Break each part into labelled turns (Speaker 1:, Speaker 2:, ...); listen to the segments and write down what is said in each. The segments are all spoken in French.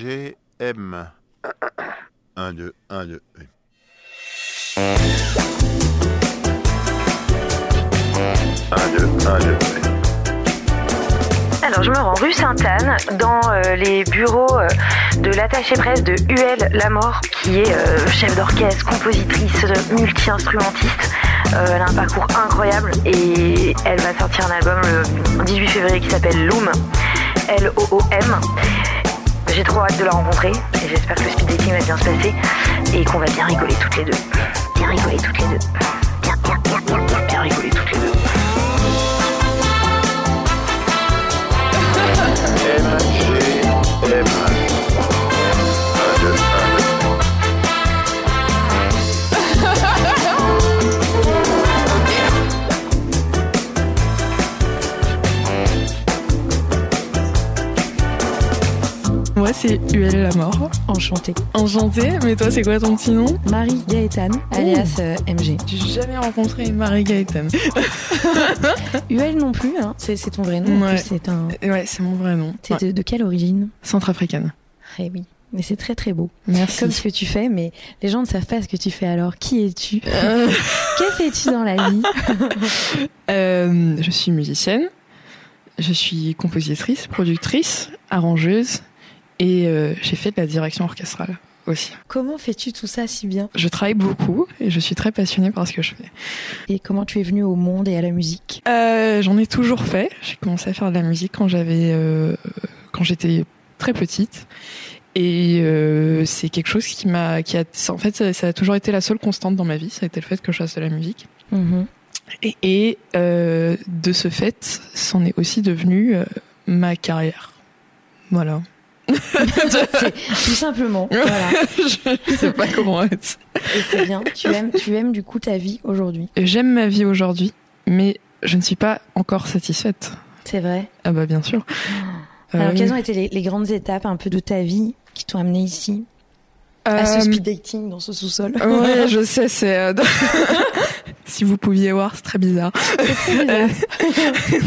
Speaker 1: MGM. 1, 2, 1, 2.
Speaker 2: Alors, je me rends rue Sainte-Anne, dans euh, les bureaux euh, de l'attaché presse de UL Lamort, qui est euh, chef d'orchestre, compositrice, euh, multi-instrumentiste. Euh, elle a un parcours incroyable et elle va sortir un album le 18 février qui s'appelle Loom, L-O-O-M. J'ai trop hâte de la rencontrer et j'espère que le speed dating va bien se passer et qu'on va bien rigoler toutes les deux. Bien rigoler toutes les deux. Bien, bien, bien, bien, bien, bien rigoler toutes les deux.
Speaker 1: MGM. 1, 2, 1, 2.
Speaker 3: Moi, c'est UL la mort.
Speaker 4: Enchantée.
Speaker 3: Enchantée, mais toi, c'est quoi ton petit nom
Speaker 4: Marie Gaëtane, alias euh, MG.
Speaker 3: J'ai jamais rencontré une Marie Gaëtan.
Speaker 4: UL non plus, hein. c'est c'est ton vrai nom. en
Speaker 3: Ouais.
Speaker 4: plus, C'est un.
Speaker 3: Ouais, c'est mon vrai nom.
Speaker 4: T'es de, de quelle origine
Speaker 3: Centrafricaine.
Speaker 4: Eh oui. Mais c'est très très beau.
Speaker 3: Merci.
Speaker 4: Comme ce que tu fais, mais les gens ne savent pas ce que tu fais alors. Qui es-tu
Speaker 3: Euh,
Speaker 4: Que fais-tu dans la vie
Speaker 3: euh, je suis musicienne, je suis compositrice, productrice, arrangeuse et euh, j'ai fait de la direction orchestrale aussi.
Speaker 4: Comment fais-tu tout ça si bien
Speaker 3: Je travaille beaucoup et je suis très passionnée par ce que je fais.
Speaker 4: Et comment tu es venue au monde et à la musique
Speaker 3: Euh, J'en ai toujours fait. J'ai commencé à faire de la musique quand j'avais, euh, quand j'étais très petite. Et euh, c'est quelque chose qui m'a, qui a, ça- en fait, ça, ça a toujours été la seule constante dans ma vie. Ça a été le fait que je fasse de la musique.
Speaker 4: Mm-hmm.
Speaker 3: Et, et, euh, de ce fait, c'en est aussi devenu euh, ma carrière. Voilà.
Speaker 4: C'est- Tout simplement. Voilà.
Speaker 3: je sais pas comment être.
Speaker 4: Et c'est bien. Tu aimes, tu aimes du coup ta vie aujourd'hui.
Speaker 3: J'aime ma vie aujourd'hui, mais je ne suis pas encore satisfaite.
Speaker 4: C'est vrai.
Speaker 3: Ah bah bien sûr. Euh,
Speaker 4: Alors,
Speaker 3: oui.
Speaker 4: quelles ont été les, les grandes étapes un peu de ta vie qui t'ont amené ici à
Speaker 3: Euh,
Speaker 4: ce speed dating dans ce sous-sol
Speaker 3: Ouais, je sais, c'est. euh, si vous pouviez voir, c'est très bizarre.
Speaker 4: bizarre.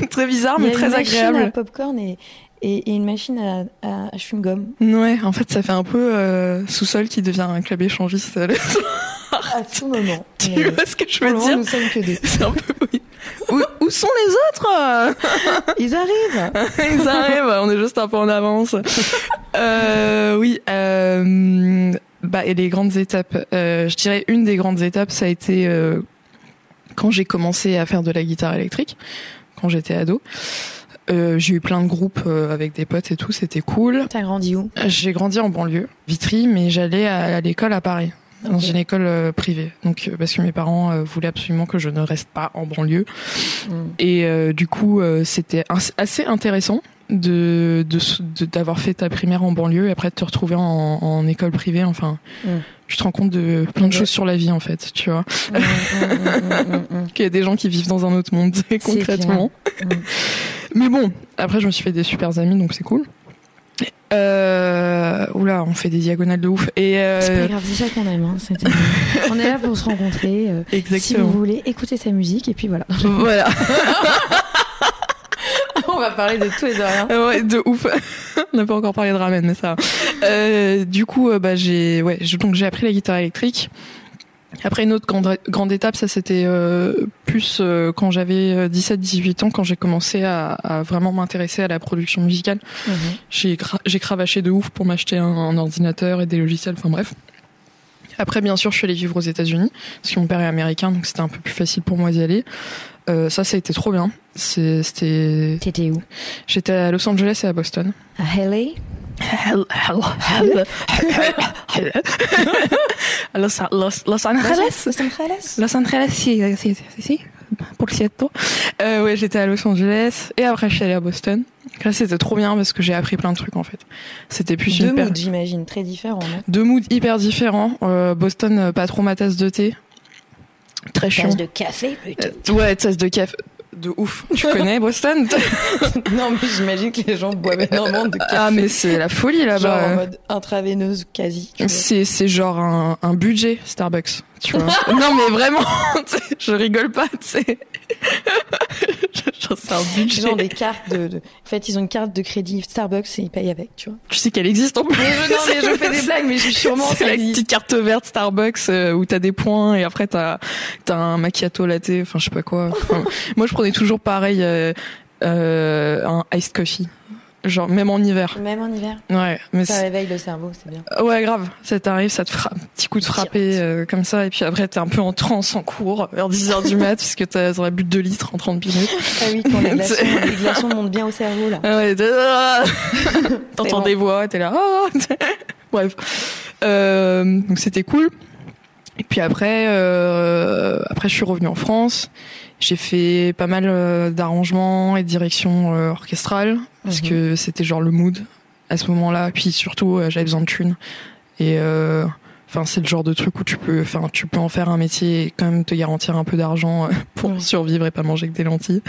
Speaker 3: très bizarre,
Speaker 4: Il y
Speaker 3: Oh, mais
Speaker 4: a une
Speaker 3: très
Speaker 4: machine à
Speaker 3: agréable.
Speaker 4: popcorn et, et, et une machine à, à, à chewing-gum.
Speaker 3: Ouais, en fait, ça fait un peu euh, sous-sol qui devient un club échangiste. là.
Speaker 4: À tout moment.
Speaker 3: Oh, tu
Speaker 4: Mais
Speaker 3: vois ce que je
Speaker 4: pour le
Speaker 3: veux
Speaker 4: moment,
Speaker 3: dire
Speaker 4: nous sommes que deux.
Speaker 3: C'est un peu. oui. Où, où sont les autres
Speaker 4: Ils arrivent
Speaker 3: Ils arrivent, on est juste un peu en avance. Euh, oui, euh, bah, et les grandes étapes. Euh, je dirais une des grandes étapes, ça a été euh, quand j'ai commencé à faire de la guitare électrique, quand j'étais ado. Euh, j'ai eu plein de groupes euh, avec des potes et tout, c'était cool.
Speaker 4: T'as grandi où
Speaker 3: J'ai grandi en banlieue, Vitry, mais j'allais à, à l'école à Paris, dans
Speaker 4: Ok.
Speaker 3: une école euh, privée. Donc, euh, parce que mes parents euh, voulaient absolument que je ne reste pas en banlieue.
Speaker 4: Mm.
Speaker 3: Et euh, du coup, euh, c'était as- assez intéressant de de s- de- d'avoir fait ta primaire en banlieue et après de te retrouver en, en école privée. Enfin,
Speaker 4: Mm.
Speaker 3: tu te rends compte de plein de
Speaker 4: Ouais.
Speaker 3: choses sur la vie en fait. Tu vois
Speaker 4: Mm, mm, mm, mm, mm, mm.
Speaker 3: qu'il y a des gens qui vivent dans un autre monde concrètement.
Speaker 4: clair. Mm.
Speaker 3: Mais bon, après je me suis fait des super amis, donc c'est cool. Euh, oula, on fait des diagonales de ouf. Et
Speaker 4: C'est
Speaker 3: euh,
Speaker 4: pas grave, c'est ça qu'on aime. hein, c'est- On est là pour se rencontrer. euh, si vous voulez, écoutez sa musique et puis voilà.
Speaker 3: Voilà.
Speaker 4: On va parler de tout et de rien.
Speaker 3: Ah ouais, de ouf. On n'a pas encore parlé de ramen, mais ça. va. Euh, du coup, euh, bah j'ai, ouais, je- donc j'ai appris la guitare électrique. Après une autre grande, grande étape, ça c'était euh, plus euh, quand j'avais 17-18 ans, quand j'ai commencé à, à vraiment m'intéresser à la production musicale. J'ai cra- j'ai cravaché de ouf pour m'acheter un, un ordinateur et des logiciels, enfin bref. Après, bien sûr, je suis allée vivre aux États-Unis, parce que mon père est américain, donc c'était un peu plus facile pour moi d'y aller. Euh, ça, ça a été trop bien. C'est- C'était
Speaker 4: T'étais où
Speaker 3: J'étais à Los Angeles et à Boston.
Speaker 4: À LA
Speaker 3: Los, Los- Los Angeles
Speaker 4: Los Angeles
Speaker 3: Los Angeles, si, si, si, si. pour le Seattle. Euh, ouais, j'étais à Los Angeles et après je suis allée à Boston. Là, c'était trop bien parce que j'ai appris plein de trucs en fait. C'était plus
Speaker 4: Deux
Speaker 3: une per-
Speaker 4: moods, j'imagine, très différents. non
Speaker 3: deux moods hyper différents. Euh, Boston, euh, pas trop ma tasse de thé. Très chiant.
Speaker 4: Tasse de café
Speaker 3: Euh,
Speaker 4: plutôt.
Speaker 3: ouais, tasse de café. De ouf. Tu connais Boston
Speaker 4: non, mais j'imagine que les gens boivent énormément de café.
Speaker 3: Ah, mais hein. c'est la folie
Speaker 4: Genre euh,
Speaker 3: là-bas.
Speaker 4: en mode intraveineuse quasi. tu vois.
Speaker 3: C'est c'est genre un, un budget Starbucks. tu vois. non, mais vraiment, je rigole pas, tu sais. c'est un budget.
Speaker 4: Genre des cartes de, de- En fait, ils ont une carte de crédit Starbucks et ils payent avec, tu vois.
Speaker 3: Tu sais qu'elle existe en plus.
Speaker 4: Mais je, non, mais je fais des blagues, mais je, sûrement
Speaker 3: C'est
Speaker 4: ça
Speaker 3: la
Speaker 4: existe.
Speaker 3: petite carte verte Starbucks euh, où t'as des points et après t'as t'as un macchiato latte, enfin je sais pas quoi. Enfin, moi je prenais toujours pareil euh, euh, un iced coffee, genre même en hiver.
Speaker 4: Même en hiver,
Speaker 3: Ouais, mais
Speaker 4: ça
Speaker 3: c'est-
Speaker 4: réveille le cerveau, c'est bien.
Speaker 3: ouais grave, ça t'arrive, ça te frappe, petit coup de frappé euh, comme ça et puis après t'es un peu en transe en cours vers 10h du mat parce que t'as t'aurais bu 2 litres en 30 minutes.
Speaker 4: Ah oui, quand les glaçons, les glaçons montent bien au cerveau, là.
Speaker 3: Ah ouais, t'es- ah T'entends
Speaker 4: bon.
Speaker 3: des voix, t'es là. ah Bref, Euh, donc c'était cool. Et puis après, euh, après je suis revenue en France. J'ai fait pas mal euh, d'arrangements et de directions euh, orchestrales parce
Speaker 4: Mhm.
Speaker 3: que c'était genre le mood à ce moment-là. Puis surtout, euh, j'avais besoin de thunes. Et euh, enfin, c'est le genre de truc où tu peux, enfin, tu peux en faire un métier et quand même te garantir un peu d'argent euh, pour
Speaker 4: Ouais.
Speaker 3: survivre et pas manger que des lentilles.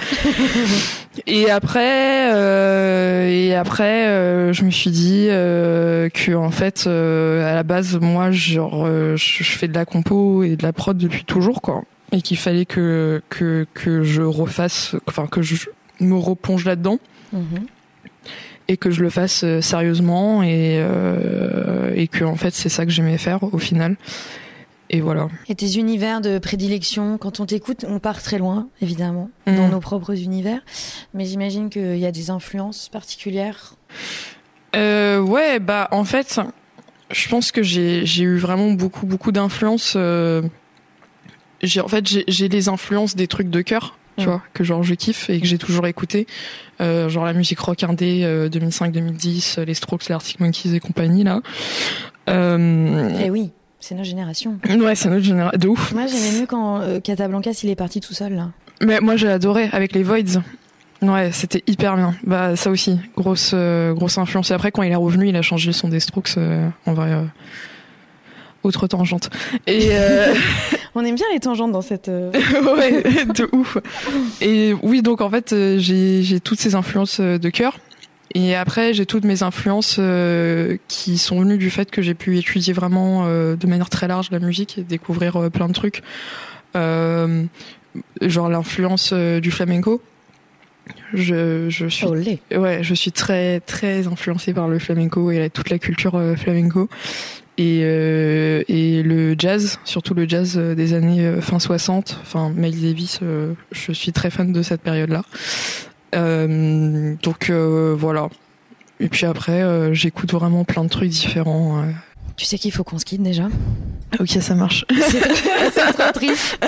Speaker 3: et après, euh, et après, euh, je me suis dit euh, que en fait, euh, à la base, moi, genre, euh, je je fais de la compo et de la prod depuis toujours, quoi. Et qu'il fallait que que que je refasse, enfin que je me replonge là-dedans
Speaker 4: Mhm.
Speaker 3: et que je le fasse euh, sérieusement et, euh, et que en fait c'est ça que j'aimais faire au final. Et voilà.
Speaker 4: Et tes univers de prédilection, quand on t'écoute, on part très loin, évidemment,
Speaker 3: Mhm.
Speaker 4: dans nos propres univers. Mais j'imagine qu'il y a des influences particulières.
Speaker 3: Euh, ouais, bah en fait, je pense que j'ai j'ai eu vraiment beaucoup beaucoup d'influences. euh, j'ai en fait j'ai- j'ai les influences des trucs de cœur, tu
Speaker 4: Mm.
Speaker 3: vois, que genre je kiffe et que j'ai toujours écouté, Euh, genre la musique rock indé euh, 2005-2010, euh, les Strokes, les Arctic Monkeys et compagnie là. Euh,
Speaker 4: Eh oui, c'est nos générations.
Speaker 3: ouais, c'est notre génération de ouf.
Speaker 4: Moi, j'aimais mieux quand euh, Casablancas, il est parti tout seul, là.
Speaker 3: Mais moi j'ai adoré avec les Voids. Ouais, c'était hyper bien. Bah ça aussi, grosse euh, grosse influence. Et après quand il est revenu, il a changé son des Strokes euh, en vrai. euh, autre tangente. Et euh,
Speaker 4: On aime bien les tangentes dans cette... euh,
Speaker 3: ouais, de ouf. Et oui, donc en fait, euh, j'ai j'ai toutes ces influences euh, de cœur. Et après, j'ai toutes mes influences euh, qui sont venues du fait que j'ai pu étudier vraiment euh, de manière très large la musique et découvrir euh, plein de trucs. Euh, genre l'influence euh, du flamenco. Je, je suis
Speaker 4: Olé.
Speaker 3: ouais, je suis très très influencée par le flamenco et la- toute la culture euh, flamenco et euh, et le jazz, surtout le jazz euh, des années euh, fin 60, enfin Miles Davis, euh, je suis très fan de cette période-là. Euh, donc euh, voilà. Et puis après, euh, j'écoute vraiment plein de trucs différents. euh.
Speaker 4: Tu sais qu'il faut qu'on se quitte, déjà
Speaker 3: Ok, ça marche.
Speaker 4: C'est trop triste.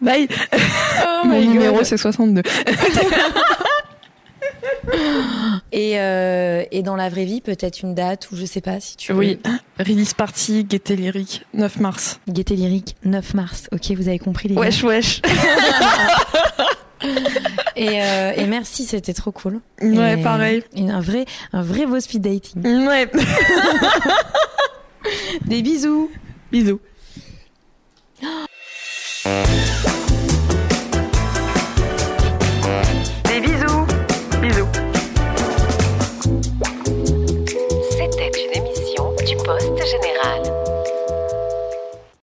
Speaker 3: Bye.
Speaker 4: Oh
Speaker 3: Mon numéro c'est 62.
Speaker 4: Et, euh, et dans la vraie vie, peut-être une date ou je sais pas si tu veux.
Speaker 3: Oui. Release party, gaieté lyrique, 9 mars.
Speaker 4: Gaieté lyrique, 9 mars. Ok, vous avez compris les gars.
Speaker 3: Wesh wesh.
Speaker 4: Et, euh, et merci, c'était trop cool.
Speaker 3: Ouais,
Speaker 4: Et-
Speaker 3: pareil.
Speaker 4: et un vrai, un vrai beau speed dating.
Speaker 3: Ouais.
Speaker 4: Des bisous.
Speaker 3: Bisous.